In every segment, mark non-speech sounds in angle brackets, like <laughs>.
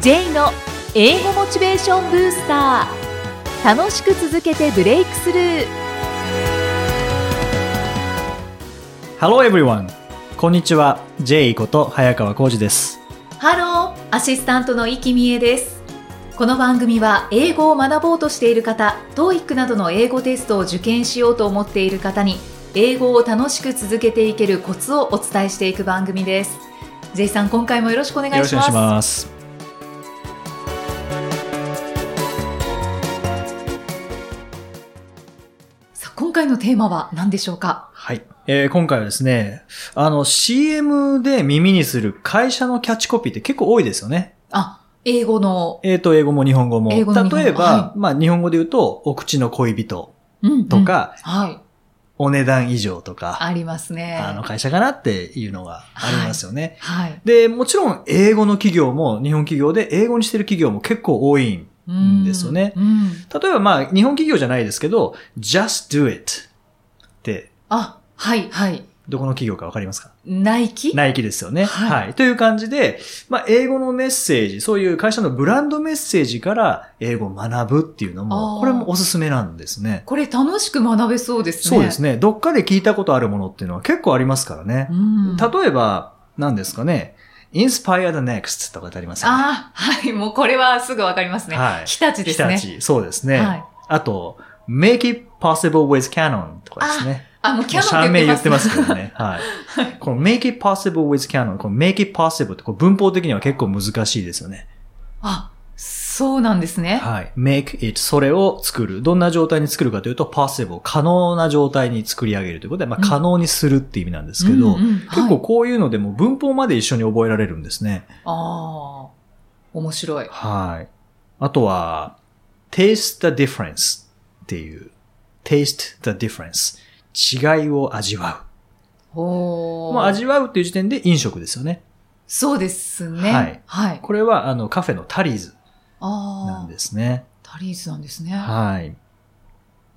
J の英語モチベーションブースター楽しく続けてブレイクスルー Hello everyone! こんにちは、J こと早川浩二です。ハローアシスタントの生きみえですこの番組は英語を学ぼうとしている方 TOEIC などの英語テストを受験しようと思っている方に英語を楽しく続けていけるコツをお伝えしていく番組です J さん今回もよろしくお願よろいししくお願まいすします。さあ今回のテーマは何でしょうかはい。えー今回はですね、あの、CM で耳にする会社のキャッチコピーって結構多いですよね。あ英語の、えっ、と、英語も日本語も。英語の日本語例えば、はまあ、日本語で言うと、お口の恋人うんうんとか、はいお値段以上とか、ありますねあの会社かなっていうのがありますよね。はいで、もちろん英語の企業も日本企業で英語にしてる企業も結構多いん。うんですよねうん例えばまあ日本企業じゃないですけど、just do it って、あ、はい、はい。どこの企業かわかりますかナイキナイキですよね、はいという感じで、まあ英語のメッセージ、そういう会社のブランドメッセージから英語を学ぶっていうのあーも、これもおすすめなんですね。これ楽しく学べそうですね。そうですね。どっかで聞いたことあるものっていうのは結構ありますからねう。ん。例えば、何ですかね、inspire the next とかってありますよね。あ、はい。もうこれはすぐわかりますね。はい日立ですね。日立、そうですね。はい。あと、make it possible with Canon とかですね。あ、もうキャノ社ン名言っ言っててまます。すけどね。はい。この make it possible with Canon、この make it possible ってこう文法的には結構難しいですよね。 <laughs> あ、そうなんですね。はい。make it、それを作る。どんな状態に作るかというと possible、可能な状態に作り上げるということで、まあうん可能にするって意味なんですけうんうんど、はい結構こういうのでも文法まで一緒に覚えられるんですね。ああ、面白い。はい。あとは、taste the difference っていう、taste the difference。違いを味わおう。ーまあ、味わうっていう時点で飲食ですよね。そうですね。はい。はい。これは、あの、カフェのタリーズなあんあ、ですね。タリーズなんですね。はい。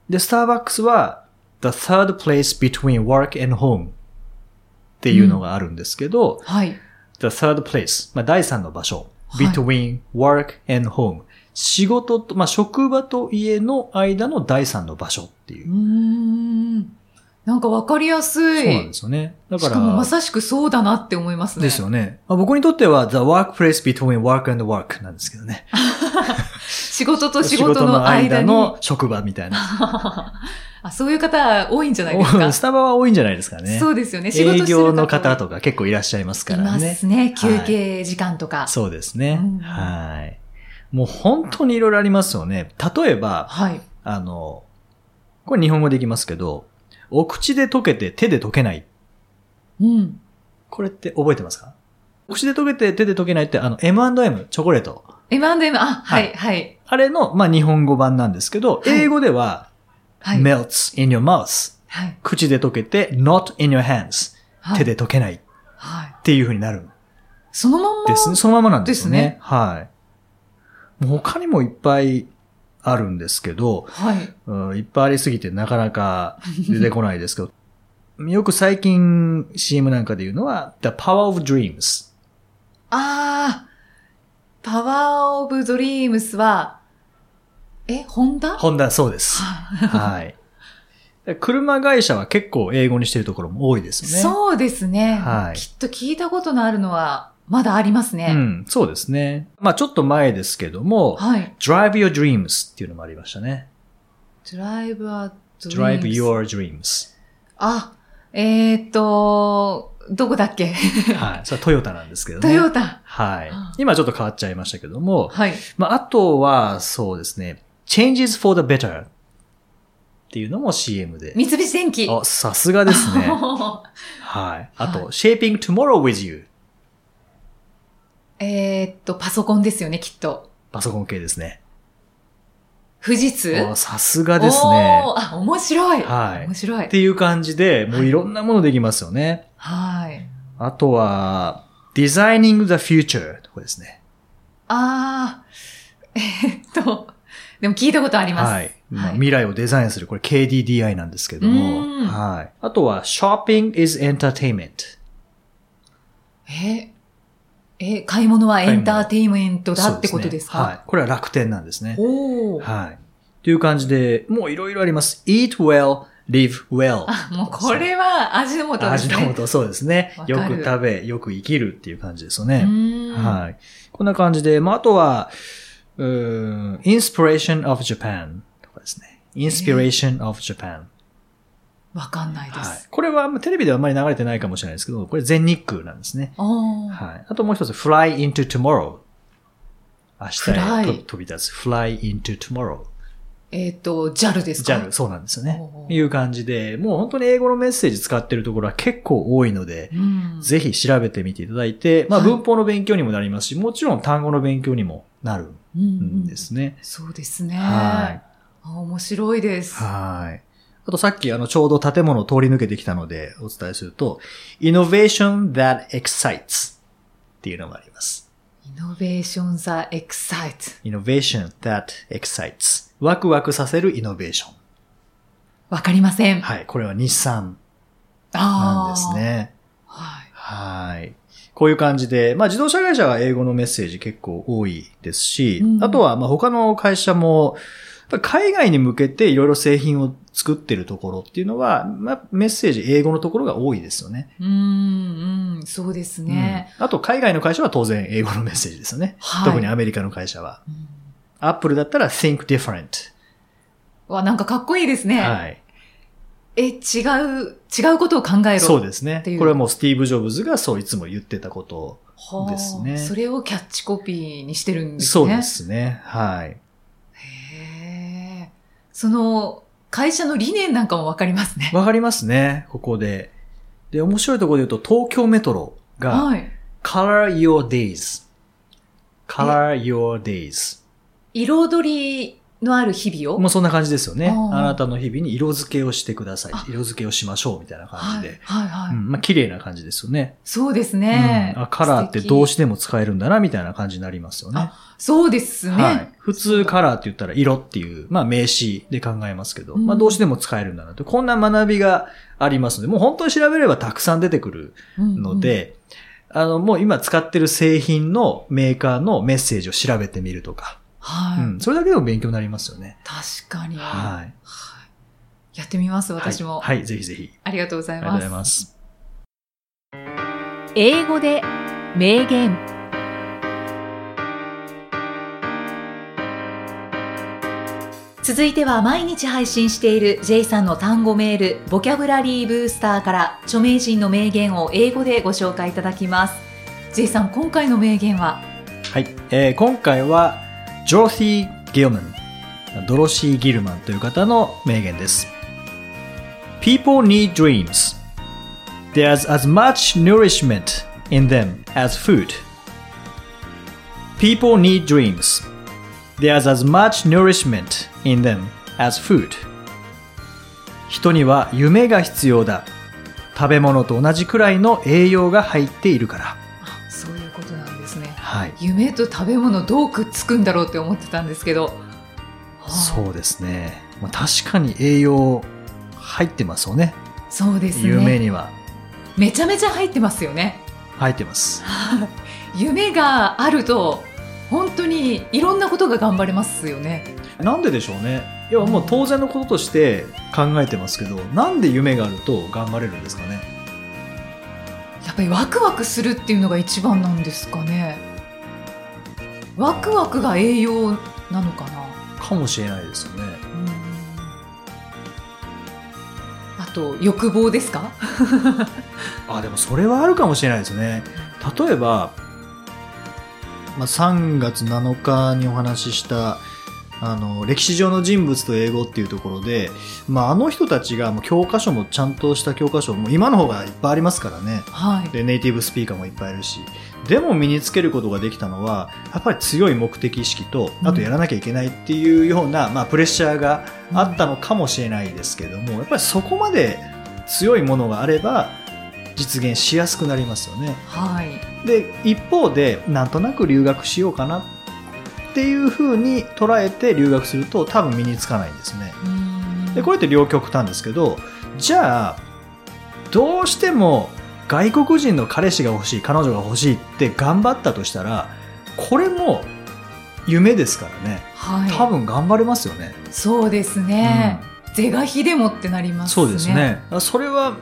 で、スターバックスは、the third place between work and home っていうのがあるんですけど、はい。 the third place、まあ、第三の場所、はい between work and home。仕事と、まあ、職場と家の間の第三の場所っていうう。ーん。なんかわかりやすい。そうなんですよね。だかしら、かもまさしくそうだなって思いますね。ですよね。まあ、僕にとっては、the workplace between work and work なんですけどね。仕事と仕事の間に。の職場みたいな。あそういう方多いんじゃないですか。 <laughs> スタバは多いんじゃないですかね。そうですよね。仕事して営る業の方とか結構いらっしゃいますいからまねす。ね。からね休憩時間とか。そうですねうん。はい。もう本当にいろいろありますよね。例えば、はい。あの、これ日本語でいきますけど、お口で溶けて手で溶けない。うん。これって覚えてますかお口で溶けて手で溶けないって、あの、M&M、チョコレート。 M&M、あ、ははいい、はい。あれの、まあ、日本語版なんですけど、い英語では、はい。 melts in your mouth。はい。口で溶けて、not in your hands。はい手。で溶けないっはい。ていう風になるんそのまんま。ですね。そのままなんですですよね。はい。もう他にもいっぱいあるんですけど、はい。うんいっぱいありすぎてなかなか出てこないですけど、 <laughs> よく最近 CM なんかで言うのは、The Power of Dreams。あー、パワーオブドリームスは、え、ホンダホンダそ <laughs> うです。はい。車会社は結構英語にしてるところも多いですよね。そうですね。はいきっと聞いたことのあるのは、まだありますうね。ん、そうですね。まあちょっと前ですけども、はい。 Drive Your Dreams っていうのもありましたね。ドライブアドリーム Drive Your Dreams。あ、えーっと、どこだっけはい。それはトヨタなんですけどトね。ヨタ。はいあ。今ちょっと変わっちゃいましたけども、はい。まあ、あとは、そうですね、changes for the better っていうのも CM で。三菱電機。あ、さすがです <laughs> ね。はい。あと、shaping tomorrow with you。えーっと、パソコンですよね、きっと。パソコン系ですね。富士通おさすがですね。おーあ、面白い。はい面白いっ。ていう感じで、もういろんなものできますよね。はい。あとは、designing the future とかですね。あー、 <laughs> えーっと、でも聞いたことあります。はい。まあはい未来をデザインする、これ KDDI なんですけどうも。んはい。あとは、shopping is entertainment。ええ、買い物はエンターテインメントだってことですそうねかはい。これは楽天なんですね。おお。はい。という感じで、もういろいろあります。eat well, live well. あ、もうこれは味の素です味ね。の素、そうですねわ。かよるく食べ、よく生きるっていう感じですよね。ははい。こんな感じで、まあ、あとは、うーん、inspiration of Japan とかですね。inspiration of Japan。い。わかんないではいす。。これは、まあテレビではあまり流れてないかもしれないですけど、これ全日空なんですね。おーはい。あともう一つ、fly into tomorrow。明日へ Fly と飛び立つ。fly into tomorrow。えっと、JAL ですか JAL、そうなんですよねおうお。ういう感じで、もう本当に英語のメッセージ使ってるところは結構多いので、うん。ぜひ調べてみていただいて、まあはい文法の勉強にもなりますし、もちろん単語の勉強にもなるうんんですね。そうですね。はいあ面白いです。はい。あとさっきあのちょうど建物を通り抜けてきたのでお伝えすると、innovation that excites っていうのもあります。イノベーションザエクサイト。 innovation that excites ワクワクさせるイノベーション。わかりません。はい。これは日産なあんであ。す。ね。はい。はい。こういう感じで、まあ自動車会社は英語のメッセージ結構多いですし、うんあとはまあ他の会社も、やっぱ海外に向けていろいろ製品を作ってるところっていうのは、まあ、メッセージ英語のところが多いですよね。うん、うん、そうですね。うんあと海外の会社は当然英語のメッセージですよね。はい。特にアメリカの会社は。うんアップルだったら think different。わ、なんかかっこいいですね。はい。え、違う、違うことを考えろ。そうですねってい。うこれはもうスティーブ・ジョブズがそういつも言ってたことをはあですねそれをキャッチコピーにしてるんですね。そうで。すね。はい。へえ。その、会社の理念なんかもわかりますね。 <laughs> わかりますね、ここで。で、面白いところで言うと、東京メトロが、はい。 color your days。color your days。彩りのある日々を。もうそんな感じですよね。あーあなたの日々に色付けをしてくださいあ。色付けをしましょう、みたいな感じで。はい、はい、はい。うん、まあ、綺麗な感じですよね。そうですね。うんあカラーって素敵動詞でも使えるんだな、みたいな感じになりますよね。そうですね。はい。普通カラーって言ったら色っていう、まあ名詞で考えますけど、うんまあ動詞でも使えるんだなと。こんな学びがありますので、もう本当に調べればたくさん出てくるうんうんの、で、あの、もう今使ってる製品のメーカーのメッセージを調べてみるとか、はうい、ん、それだけでも勉強になりますよね。確かに、はい。やってみます、私も、はい、はいぜひぜひ。ありがとうござあいりがとうまござすい。ます。英語で名言続いては毎日配信している J さんの単語メールボキャブラリーブースターから著名人の名言を英語でご紹介いただきます J さん今回の名言ははい。えー今回は、ジョロシー・ギルマン、ドロシー・ギルマンという方の名言です。People need dreams. There's as much nourishment in them as food. People need dreams. There's as much nourishment in them as food. 人には夢が必要だ。食べ物と同じくらいの栄養が入っているから。あそういうことなんですねはい。夢と食べ物どうくっつくんだろうって思ってたんですけどそうですね。まあ、確かに栄養入ってますよね。そうですね夢にはめちゃめちゃ入ってますよね入ってます。夢があると本当にいろんなことが頑張れますよね。なんででしょうね。いや、もう当然のこととして考えてますけど、なんで夢があると頑張れるんですかね。やっぱりワクワクするっていうのが一番なんですかね。ワクワクが栄養なのかな。かもしれないですよね。うんあと欲望ですか。あ、でもそれはあるかもしれないですね。例えば、まあ、3月7日にお話しした、あの、歴史上の人物と英語っていうところで、まあ、あの人たちがもう教科書もちゃんとした教科書も今の方がいっぱいありますからね。はい。でネイティブスピーカーもいっぱいいるしでも身につけることができたのはやっぱり強い目的意識とうんあとやらなきゃいけないっていうような、まあ、プレッシャーがあったのかもしれないですけどもやっぱりそこまで強いものがあれば実現しやすくなりますよねはい。で一方でなんとなく留学しようかなっていうふうに捉えて留学すると多分身につかないんですねうんでこれって両極端ですけどじゃあどうしても外国人の彼氏が欲しい彼女が欲しいって頑張ったとしたらこれも夢ですからねはい、多分頑張れますよね、そうですね、是が非でもってなりますねそうですねそれは、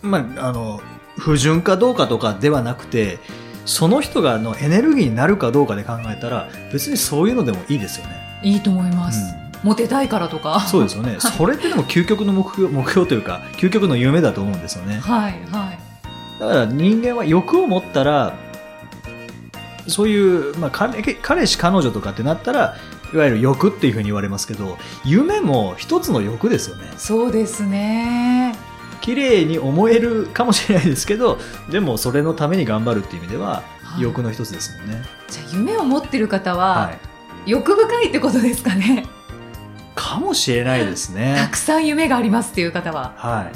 まあ、あの不純かどうかとかではなくてその人があのエネルギーになるかどうかで考えたら別にそういうのでもいいですよね、いいと思います、うんモテたいからとかそうですよねそれってでも究極の目標目標というか究極の夢だと思うんですよねはいはいだから人間は欲を持ったらそういう、まあ、彼彼氏彼女とかってなったらいわゆる欲っていうふうに言われますけど夢も一つの欲ですよねそうですね綺麗に思えるかもしれないですけどでもそれのために頑張るっていう意味でははい欲の一つですもんね、じゃあ夢を持ってる方は、はい、欲深いってことですかねかもしれないですたねくさん夢がありますっていう方はは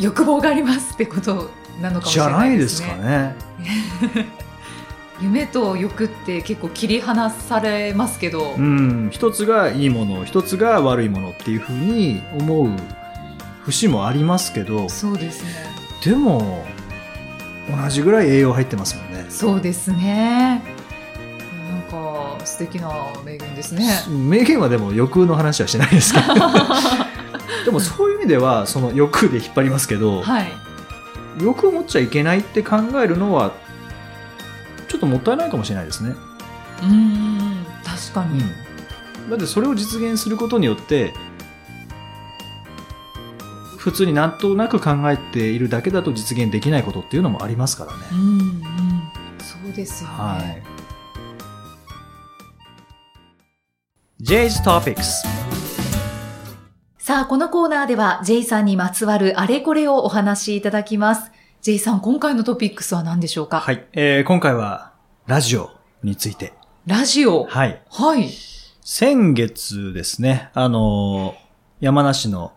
欲望がありますってことなのかもいしじれゃなないいでですすねかね夢と欲って結構切り離されますけど、うん一つがいいもの一つが悪いものっていうふうに思う節もありますけどそうですねでも同じぐらい栄養入ってますもんねそうですねなんか素敵な名言ですね名言はでも欲の話はしないですけ <laughs> どでもそういう意味ではその欲で引っ張りますけど、はい欲を持っちゃいけないって考えるのはちょっともったいないかもしれないですね、うーん確かに、だってそれを実現することによって普通になんとなく考えているだけだと実現できないことっていうのもありますからね、うんうんそうですよね、はい。J's Topics さあこのコーナーでは J さんにまつわるあれこれをお話しいただきます J さん今回のトピックスは何でしょうか、はい、えー今回はラジオについて。ラジオはい、はい。先月ですね、あのー山梨の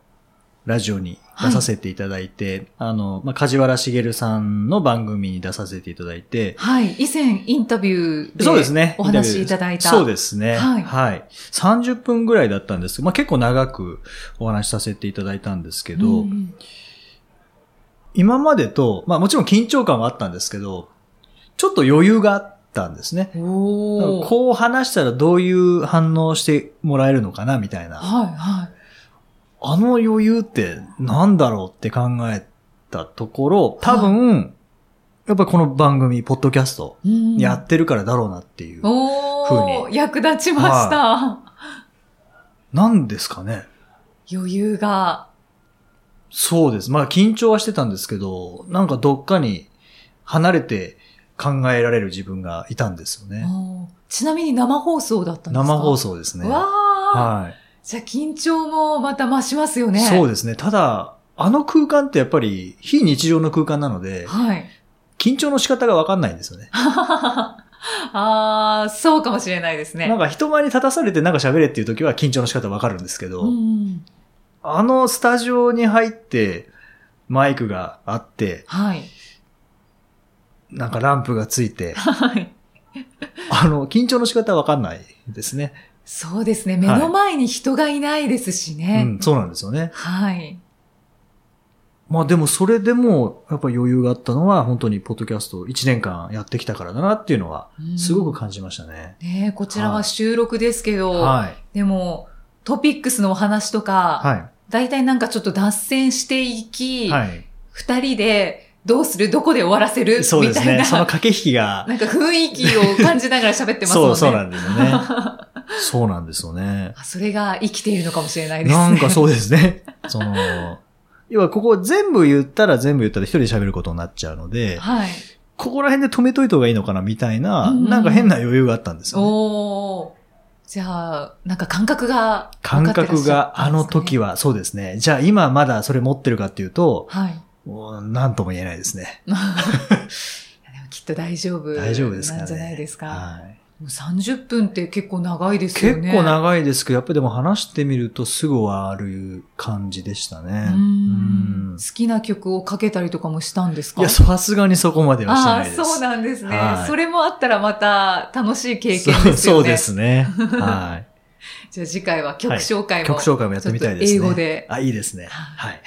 ラジオに出させていただいて、あの、まあ、梶原茂さんの番組に出させていただいて、はい、以前インタビューでそうですね。お話しいただいたそうですね。はいはい。30分ぐらいだったんですけど、まあ、結構長くお話しさせていただいたんですけど、うんうん今までと、まあもちろん緊張感はあったんですけど、ちょっと余裕があったんですね。おーこう話したらどういう反応してもらえるのかなみたいな。はいはいあの余裕ってなんだろうって考えたところ、多分、やっぱりこの番組、ポッドキャストうんやってるからだろうなっていう。おー役立ちました、なんですかね。余裕がそうです。まあ緊張はしてたんですけど、なんかどっかに離れて考えられる自分がいたんですよね。おーちなみに生放送だったんですか生放送送ですね。わあ、はい。じゃあ緊張もまた増しますよねそうでですね。ただ、あの空間ってやっぱり非日常の空間なので、はい緊張の仕方がわかんないんですよね。 <laughs> ああそうかもしれないですねなんか人前に立たされてなんか喋れっていう時は緊張の仕方わかるんですけど、うんあのスタジオに入ってマイクがあって、はい、なんかランプがついてはいあの、緊張の仕方わかんないですね。そうですね目の前に人がいないですしうねん、そうなんですよね。はい、まあでもそれでもやっぱ余裕があったのは本当にポッドキャスト1年間やってきたからだなっていうのはうんすごく感じましたね。ねえこちらは収録ですけど、はい。でもトピックスのお話とか、は大体なんかちょっと脱線していい。き、はい。二人でどうするどこで終わらせるそうでみすたいね。な、その駆け引き <laughs> が。なんか雰囲気を感じながら喋ってますもん <laughs> そね。う、そうなんですよね。そうなんですよね。あそれが生きているのかもしれないですね。なんかう。そうで <laughs> すね。その、要はここ全部言ったら全部言ったら一人で喋ることになっちゃうので、はい。ここら辺で止めといた方がいいのかなみたいな、うんなんか変な余裕があったんですよ、ね。おーじゃあ、なんか感覚が、感覚があの時は。は、そうですね。じゃあ今まだそれ持ってるかっていうと、はい。い <laughs> うんなんとも言えないですね。やでもきっと大丈夫。大丈夫ですかね。なんじゃないですか。はいもう30分って結構長いですよ結ね。構長いですけど、やっぱりでも話してみるとすぐ終わる感じでしたね。うんうん好きな曲をかけたりとかもしたんですかいや、さすがにそこまではしてあなあいでー、す。そうなんですね、はいそれもあったらまた楽しい経験ですよね。そうそうです <laughs> ね。はじゃあ次回は曲紹介い。も。曲紹介もやってみたいですね。ちょっと英語であ、いいですね。ははい。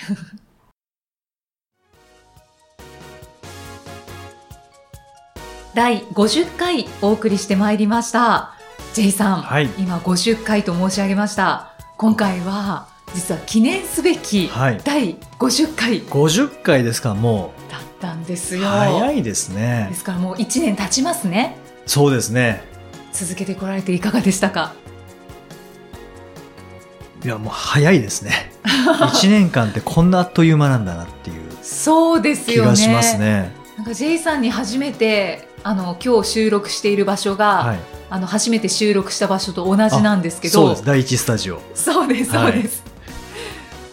第50回お送りしてまいりました。J さん、はい今50回と申し上げました。今回は実は記念すべきはい第50回50回ですかもだったんですうよ。早いですねですからもう1年経ちますね。そうですね続けてこられていかがでしたか。いやもう早いで <laughs> すね1年間ってこんなあっという間なんだなっていうそうです気よね。がしますねなんか J さんに初めてあの今日収録している場所が、はいあの初めて収録した場所と同じなんですけど、そうです第一スタジオそうですはそういです。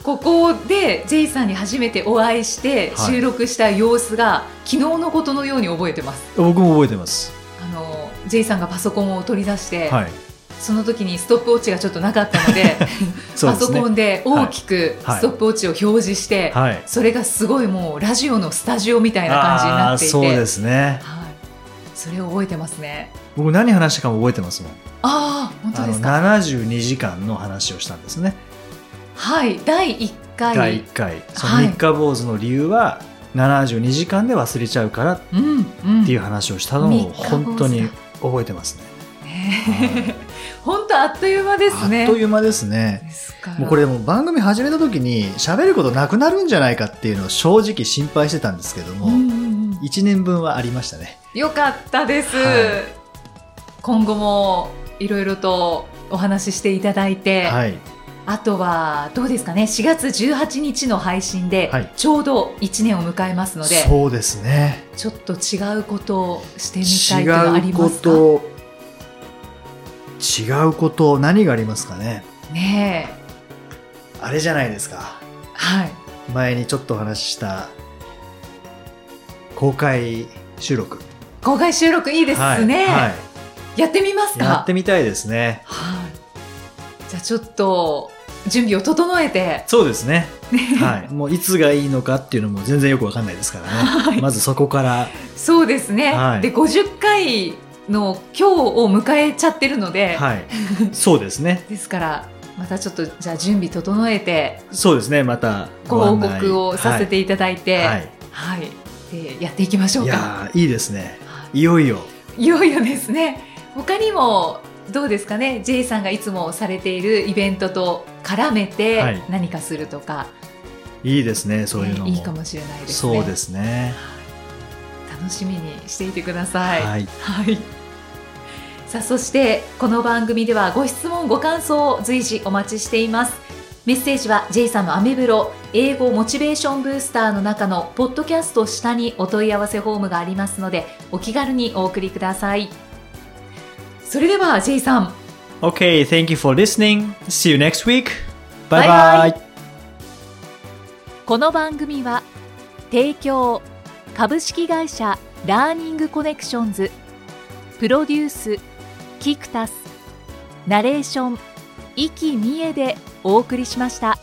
ここで J さんに初めてお会いしてはい収録した様子が、昨日のことのように覚えてます。僕も覚えてますあの J さんがパソコンを取り出して、はいその時にストップウォッチがちょっとなかったので <laughs> そうパでソすねコンで大きくはいはいストップウォッチを表示して、はいそれがすごいもうラジオのスタジオみたいな感じになっていてあーそうですねはい、それを覚えてますね僕何話したかも覚えてますもんああ本当あでのすか72時間の話をしたんですね、はい第1回第1回そのはい三日坊主の理由は72時間で忘れちゃうからっうんうんていう話をしたのをうん本当に覚えてますね、ね本当あっという間 <laughs> ですはいねあっという間ですねですからもうこれもう番組始めた時に喋ることなくなるんじゃないかっていうのを正直心配してたんですけども、うんうんうん1年分はありましたねよかったです、は今後もいろいろとお話ししていただいて、はいあとはどうですかね4月18日の配信ではいちょうど1年を迎えますので、そうですねちょっと違うことをしてみたいというのはあ違りうまこすかと違うこと何がありますかねねあれじゃないですかえはい前にちょっとお話しした公開収録公開収録いいですね、はいはやってみますいかやってみたいですねはいじゃあちょっと準備を整えてそうです <laughs> ねはい、もういつがいいのかっていうのも全然よくわかんないですからね、はいまずそこからそうですね、はいで50回の今日を迎えちゃってるので、はい、そうですね。ですからまたちょっとじゃあ準備整えてそうですね。またご報告をさせていただいてはい、は、はいいでやっていきましょういかやーいいですね。いよいよいよいよですね他にもどうですかね J さんがいつもされているイベントと絡めはてい何かするとか、いいですね。そういうのねも。いいかもしれないですねそうですね。楽しみにしていてください。はい、はい。さあ、そして、この番組ではご質問、ご感想を随時お待ちしています。メッセージは J さんのアメブロ英語モチベーションブースターの中のポッドキャスト下にお問い合わせフォームがありますのでお気軽にお送りくださいそれでは J さん Okay, thank you for listening. See you next week. Bye Bye bye. bye. この番組は提供株式会社ラーニングコネクションズプロデュースキクタスナレーション生きみえでお送りしました。